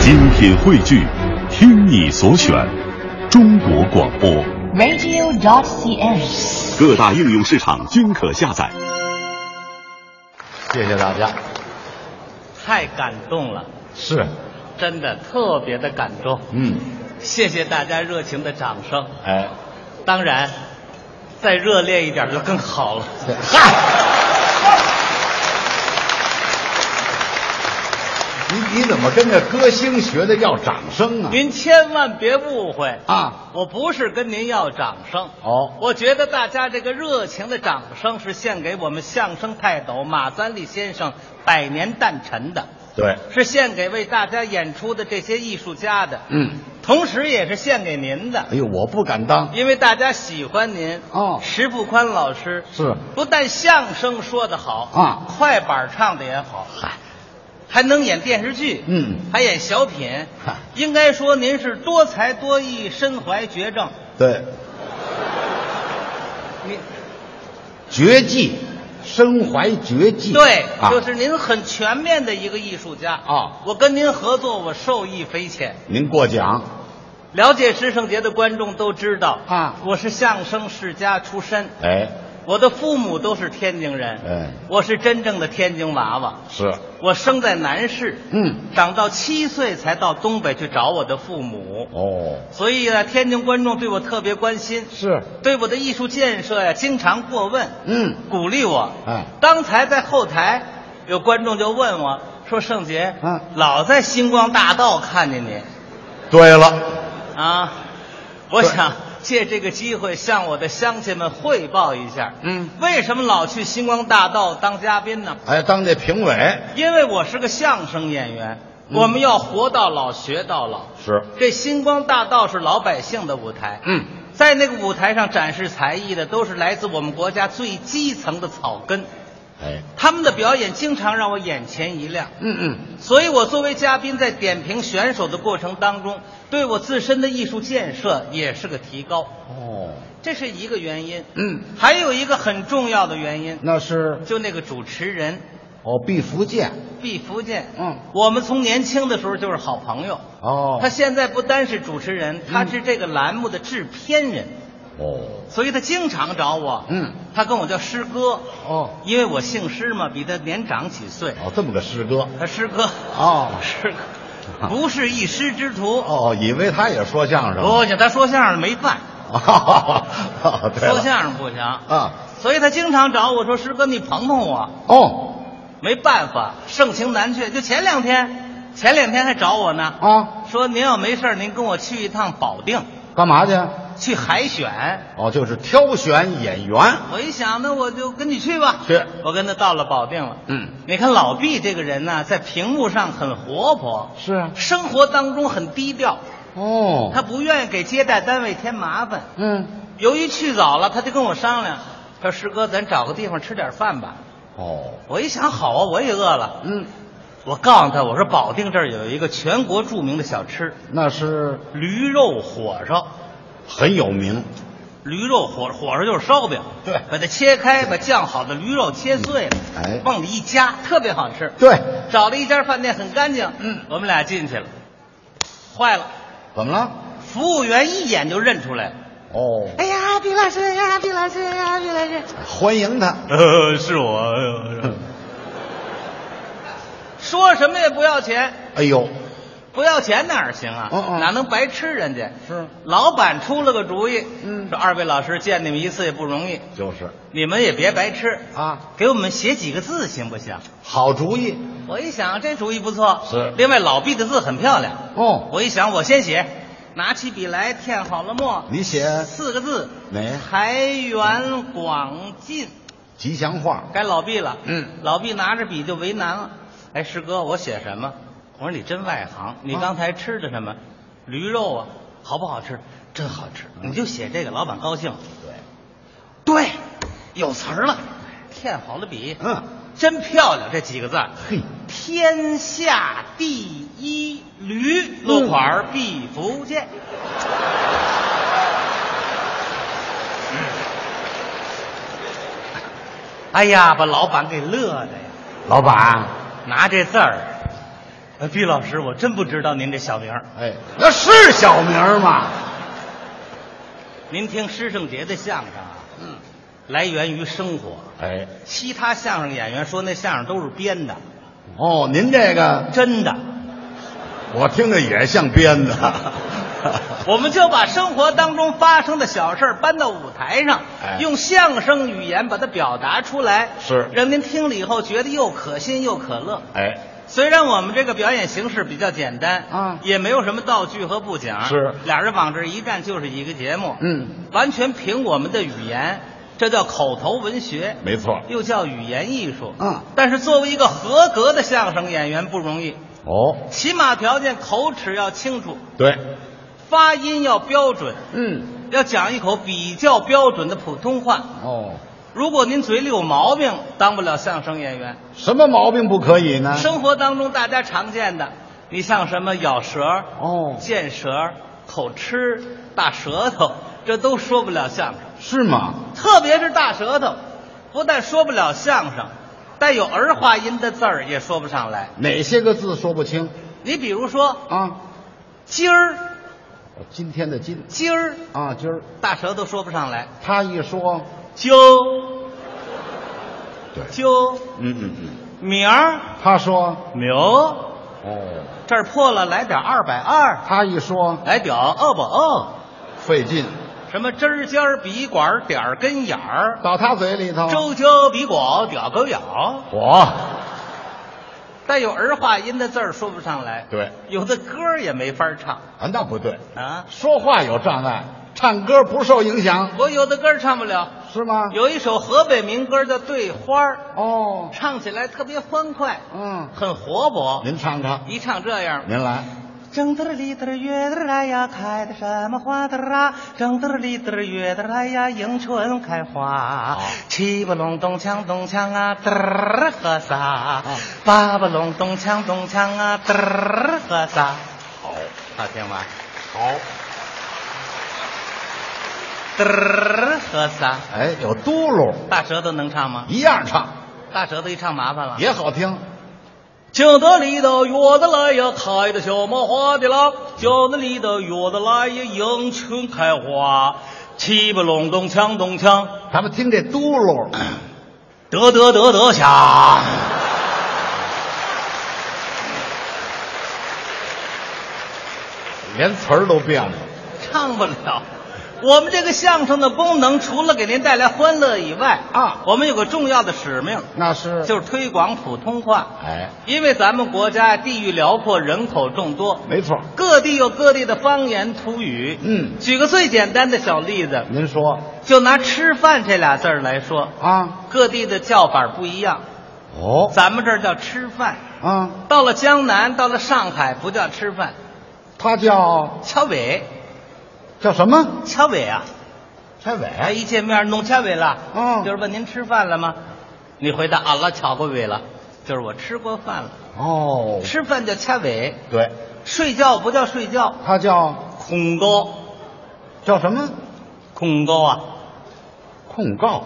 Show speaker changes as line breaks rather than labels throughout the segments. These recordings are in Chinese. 精品汇聚，听你所选，中国广播。
radio.cn。
各大应用市场均可下载。
谢谢大家。
太感动了，
是，
真的特别的感动。
嗯，
谢谢大家热情的掌声。
哎，
当然，再热烈一点就更好了。
这嗨，你你怎么跟这歌星学的要掌声啊？
您千万别误会，
啊，
我不是跟您要掌声。
哦，
我觉得大家这个热情的掌声是献给我们相声泰斗马三立先生百年诞辰的，
对，
是献给为大家演出的这些艺术家的，
嗯，
同时也是献给您的
哎。呦，我不敢当。
因为大家喜欢您
哦
石富宽老师
是
不但相声说得好
啊
快板唱的也好，嗨，还能演电视剧，
嗯
还演小品
哈，
应该说您是多才多艺，身怀绝症。
对，
您
绝技，身怀绝技。
对，
啊，
就是您很全面的一个艺术家
啊
我跟您合作，我受益匪浅。
您过奖。
了解师胜节的观众都知道
啊
我是相声世家出身，
哎，
我的父母都是天津人，
哎
我是真正的天津娃娃。
是，
我生在南市，
嗯，
长到七岁才到东北去找我的父母，
哦，
所以呢，天津观众对我特别关心，
是，
对我的艺术建设呀、经常过问，
嗯，
鼓励我。
哎
刚才在后台有观众就问我说：“盛杰，
嗯
老在星光大道看见你
对了，
啊，我
对
想。”借这个机会向我的乡亲们汇报一下，
嗯，
为什么老去星光大道当嘉宾呢？
哎，当这评委
因为我是个相声演员，
嗯
我们要活到老学到老。
是，
这星光大道是老百姓的舞台，
嗯，
在那个舞台上展示才艺的都是来自我们国家最基层的草根，
哎，
他们的表演经常让我眼前一亮。
嗯嗯。
所以，我作为嘉宾在点评选手的过程当中，对我自身的艺术建设也是个提高，
哦，
这是一个原因。
嗯，
还有一个很重要的原因，
那是
就那个主持人
哦，毕福剑
毕福剑，
嗯
我们从年轻的时候就是好朋友。
哦嗯
他现在不单是主持人，他是这个栏目的制片人，
哦
所以他经常找我。
嗯，
他跟我叫师哥，
哦
因为我姓师嘛，比他年长几岁。
哦，这么个师哥
他 师哥，
哦
师哥， 不是一师之徒。
哦，以为他也说相声
不行，他说相声没饭，
哦，对了
说相声不行。
啊
所以他经常找我说：“师哥，你捧捧我。”
哦
没办法，盛情难却。就前两天，前两天还找我呢，
啊，
说您要没事儿您跟我去一趟保定，
干嘛去？
去海选。
哦，就是挑选演员
我一想，那我就跟你去吧。
去
我跟他到了保定了。
嗯，
你看老毕这个人呢、在屏幕上很活泼，
是啊
生活当中很低调，
哦
他不愿意给接待单位添麻烦。
嗯
由于去早了，他就跟我商量，他说：“师哥，咱找个地方吃点饭吧。
哦”
我一想，好啊，我也饿了。
嗯，
我告诉他，我说保定这儿有一个全国著名的小吃
那是
——驴肉火烧。
很有名
驴肉火火烧就是烧饼，
对
把它切开，把酱好的驴肉切碎了，
哎
往里一夹，特别好吃。
对，
找了一家饭店很干净，
嗯
我们俩进去了，坏了，
怎么了？
服务员一眼就认 出来了，
哦，
哎呀，毕老师呀，毕老师哎呀，毕老师，
欢迎他
呃，是
嗯
我，说什么也不要钱，
哎呦
不要钱哪儿行啊？
嗯嗯
哪能白吃人家？
是
老板出了个主意，
嗯
说二位老师见你们一次也不容易，
就是
你们也别白吃，
啊，
给我们写几个字行不行？
好主意
我一想这主意不错，
是
另外老毕的字很漂亮，
哦，
我一想我先写，拿起笔来添好了墨，
你写
四个字，
哪
财源广进，
吉祥话
该老毕了。
嗯，
老毕拿着笔就为难了，哎，师哥，我写什么？我说你真外行，你
啊
刚才吃的什么？驴肉啊，好不好吃？真好吃，你就写这个，老板高兴。
嗯对。
对，有词儿了，添好了笔，
嗯，
真漂亮这几个字儿。
嘿，
天下第一驴，落款
嗯
儿毕福剑。哎呀，把老板给乐的呀！
老板，
拿这字儿呃毕老师，我真不知道您这小名儿。
哎，那是小名儿吗？
您听师胜杰的相声啊，嗯，来源于生活。
哎，
其他相声演员说那相声都是编的，
哦，您这个
真的。
我听着也像编的。
我们就把生活当中发生的小事儿搬到舞台上，
哎
用相声语言把它表达出来，
是
让您听了以后觉得又可欣又可乐。
哎，
虽然我们这个表演形式比较简单
啊
也没有什么道具和布景，
是
俩人往这儿一站就是一个节目，
嗯，
完全凭我们的语言，这叫口头文学，
没错。
又叫语言艺术
嗯
但是作为一个合格的相声演员不容易，
哦，
起码条件口齿要清楚，
对，
发音要标准，
嗯，
要讲一口比较标准的普通话。
哦，
如果您嘴里有毛病，当不了相声演员。
什么毛病不可以呢？
生活当中大家常见的，你像什么咬舌、
哦，
见舌、口吃、大舌头，这都说不了相声。
是吗？
特别是大舌头，不但说不了相声，带有儿化音的字儿也说不上来。
哪些个字说不清
你比如说
啊？
“今儿”，
哦今天的今
今儿，
啊，今儿
大舌头说不上来。
他一说，
揪
对
揪，
嗯嗯嗯，
明儿
他说，
牛，
哦，
这儿破了来点二百二，
他一说
来点哦不哦，
费劲，
什么针儿尖儿笔管儿点儿跟眼儿，
到他嘴里头，
周交笔管屌狗咬，
我
带有儿化音的字儿说不上来，
对
有的歌儿也没法唱
啊，那不对，
啊。
说话有障碍，唱歌不受影响，
我有的歌儿唱不了，
是吗？
有一首河北民歌叫《对花儿》，
哦，
唱起来特别欢快，
嗯，
很活泼。
您唱唱，
一唱这样，
您来，
正嘚儿里嘚儿月嘚儿来呀，开的什么花嘚儿啊？正嘚儿里嘚儿月嘚儿来呀，迎春开花
好。
七八隆咚锵咚锵啊，嘚儿和撒；八八隆咚锵咚锵啊，嘚儿和撒。
好，
好听吗？
好，
嘚儿和撒，
哎，有嘟噜，
大舌头能唱吗？
一样唱
大舌头一唱麻烦了。
也好听，
井子里头月子来呀，开的小麻花的郎；井子里头月子来呀，迎春开花。七八隆咚锵咚锵，
咱们听这嘟噜，
得得得得下。
连词儿都变了，
唱不了。我们这个相声的功能，除了给您带来欢乐以外，
啊
我们有个重要的使命，
那是，
就是推广普通话。
哎，
因为咱们国家地域辽阔，人口众多，
没错，
各地有各地的方言土语。
嗯，
举个最简单的小例子，
您说
就拿“吃饭”这俩字儿来说，
啊，
各地的叫法不一样。
哦，
咱们这儿叫吃饭，
啊，
到了江南，到了上海不叫吃饭，
他叫
敲尾，
叫什么？
敲尾啊！
拆尾，
哎，一见面弄掐尾了，
嗯
就是问您吃饭了吗？你回答俺了，巧过尾了，就是我吃过饭了。
哦，
吃饭叫掐尾，
对，
睡觉不叫睡觉，
他叫
恐高，
叫什么？
恐高啊！
控告，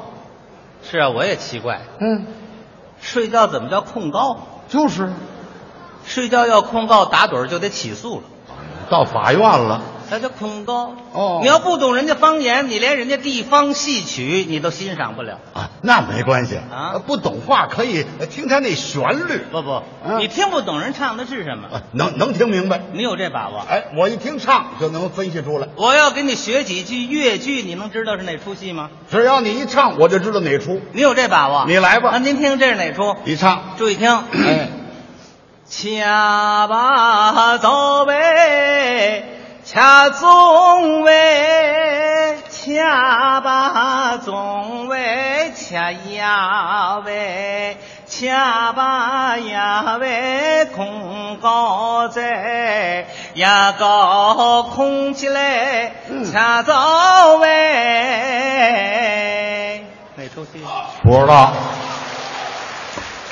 是啊，我也奇怪，
嗯，
睡觉怎么叫控告？
就是
睡觉要控告，打盹儿就得起诉了，
到法院了，
那叫恐高。
哦
你要不懂人家方言，你连人家地方戏曲你都欣赏不了。
啊，那没关系
啊
呃不懂话可以呃听他那旋律，
不不，
嗯
你听不懂人唱的是什么，
啊能能听明白。
你有这把握。
哎，我一听唱就能分析出来，
我要给你学几句越剧，你能知道是哪出戏吗？
只要你一唱，我就知道哪出。
你有这把握？
你来吧
那您听这是哪出？
一唱，
注意听，
哎，
掐把走呗，掐总呗，掐把总呗，掐呀呗，掐把呀呗，空高在，呀高空起来，掐走呗。哪出戏？
不知道，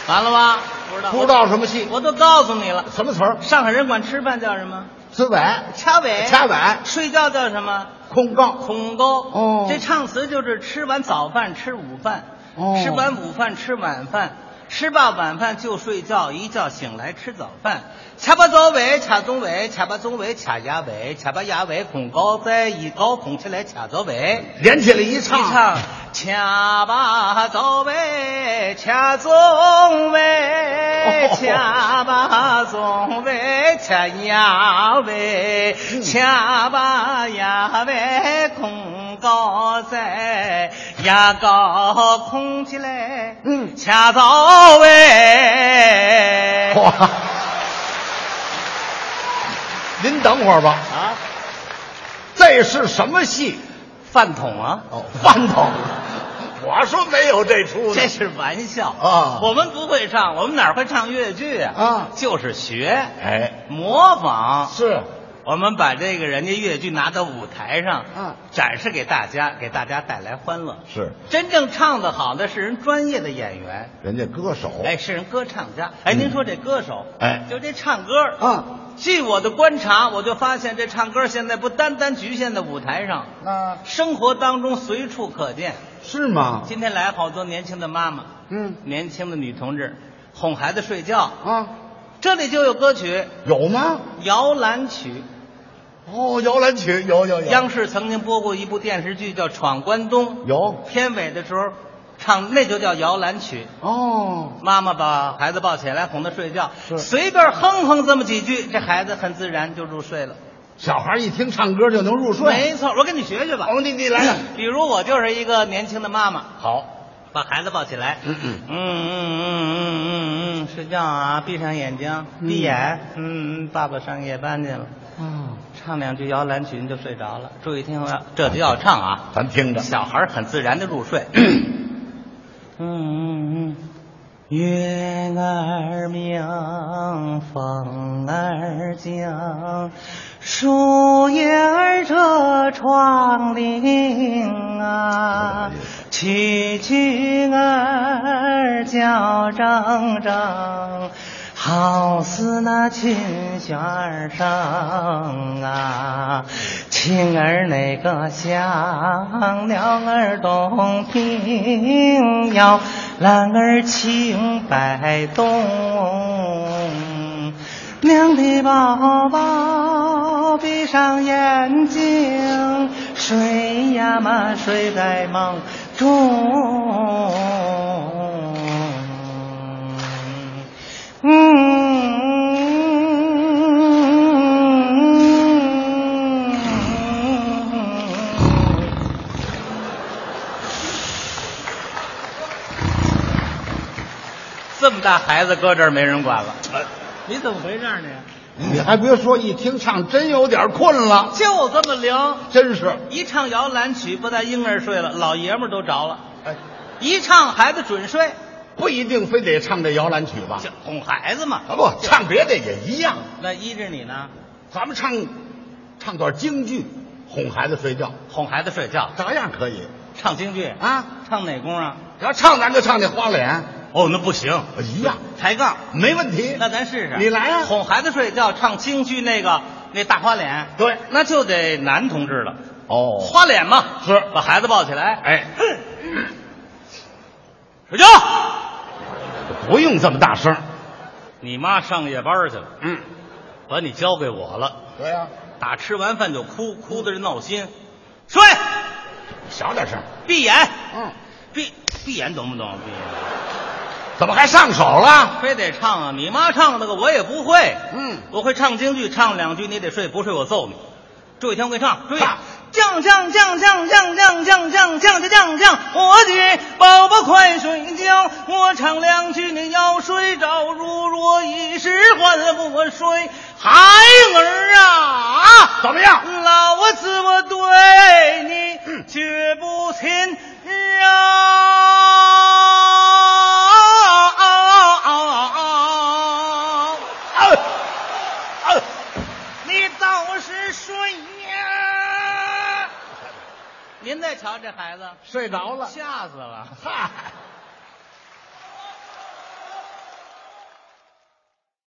完了吧？不知道，
不知道什么戏，
我都告诉你了。
什么词儿？
上海人管吃饭叫什么？
词尾，
掐尾。
掐尾，
睡觉叫什么？
控告，
恐高。
哦
这唱词就是吃完早饭吃午饭，
哦
吃完午饭吃晚饭，吃罢晚饭就睡觉，一觉醒来吃早饭。掐吧左尾，掐中尾，掐吧中尾，掐牙尾，掐吧牙尾，恐高哉，一高拱起来，掐左尾。
连起来一
一唱，掐吧左尾，掐中尾，掐吧中尾，掐牙尾，掐吧牙尾，空高在，牙高空起来，
嗯
掐左尾。
哇！您等会儿吧，
啊，
这是什么戏？
饭桶啊！
哦，翻头。我说没有这出呢
这是玩笑
啊
我们不会唱，我们哪会唱越剧啊？
啊
就是学，
哎，
模仿。
是
我们把这个人家越剧拿到舞台上，
啊
展示给大家，给大家带来欢乐。
是，
真正唱得好的是人专业的演员，
人家歌手
哎，是人歌唱家。哎，您说这歌手，
嗯哎
就这唱歌，
啊，
据我的观察，我就发现这唱歌现在不单单局限在舞台上，
那
生活当中随处可见。
是吗？
今天来好多年轻的妈妈，
嗯
年轻的女同志，哄孩子睡觉，
啊，
这里就有歌曲
有吗？
《摇篮曲
哦，摇篮曲有有》，
央视曾经播过一部电视剧叫《闯关东》，
有
片尾的时候唱那就叫摇篮曲。
哦，
妈妈把孩子抱起来，哄他睡觉，
是
随便哼哼这么几句，这孩子很自然就入睡了。
小孩一听唱歌就能入睡。
没嗯错，我跟你学学吧。
哦，你你来了，
比如我就是一个年轻的妈妈，
好，
把孩子抱起来，
嗯嗯
嗯嗯嗯嗯嗯，睡觉啊，闭上眼睛，闭眼，嗯，爸爸上夜班去了，
啊，
唱两句摇篮曲你就睡着了。注意听了，这就要唱啊，
咱听着，
小孩儿很自然的入睡。嗯嗯嗯，月儿明，风儿静，树叶儿遮窗棂啊，蛐蛐儿叫铮铮。好似那琴弦儿声啊，琴儿那个响，鸟儿动听，摇篮儿轻摆动。娘的宝宝，闭上眼睛，睡呀嘛睡在梦中。嗯，这么大孩子搁这儿没人管了，你怎么回事儿呢？
你还别说，一听唱真有点困了，
就这么灵，
真是。
一唱摇篮曲，不但婴儿睡了，老爷们儿都着了，
哎，
一唱孩子准睡，
不一定非得唱这摇篮曲吧
就？哄孩子嘛。
啊，不，唱别的也一样。
啊那依着你呢，
咱们唱，唱段京剧，哄孩子睡觉，
哄孩子睡觉，
照样可以
唱京剧，
啊。
唱哪工啊？
要唱咱就唱那花脸，
哦，那不行，
一样
抬杠。
没问题。
那咱试试，
你来啊。
哄孩子睡觉，唱京剧那个那大花脸，
对，
那就得男同志了，
哦
花脸嘛，
是
把孩子抱起来，
哎，
睡觉。
不用这么大声。
你妈上夜班去了，
嗯，
把你交给我了，
对啊呀、
打吃完饭就哭，哭的是闹心，睡，
小点声。
闭眼，
嗯，
闭闭眼，懂不懂？闭眼，
怎么还上手了？
非得唱啊！你妈唱那个我也不会，
嗯，
我会唱京剧，唱两句你得睡，不睡我揍你。注意听，我给你唱，注意
唱。
降降降降降降降降降降降降，我的宝宝快睡觉，我唱两句你要睡着，如若一时唤不睡，孩儿啊，
怎么样？
老子我对你绝不亲
啊
饶。
啊！
你倒是睡呀！您再瞧这孩子，
睡着了。
吓死了。
嗨。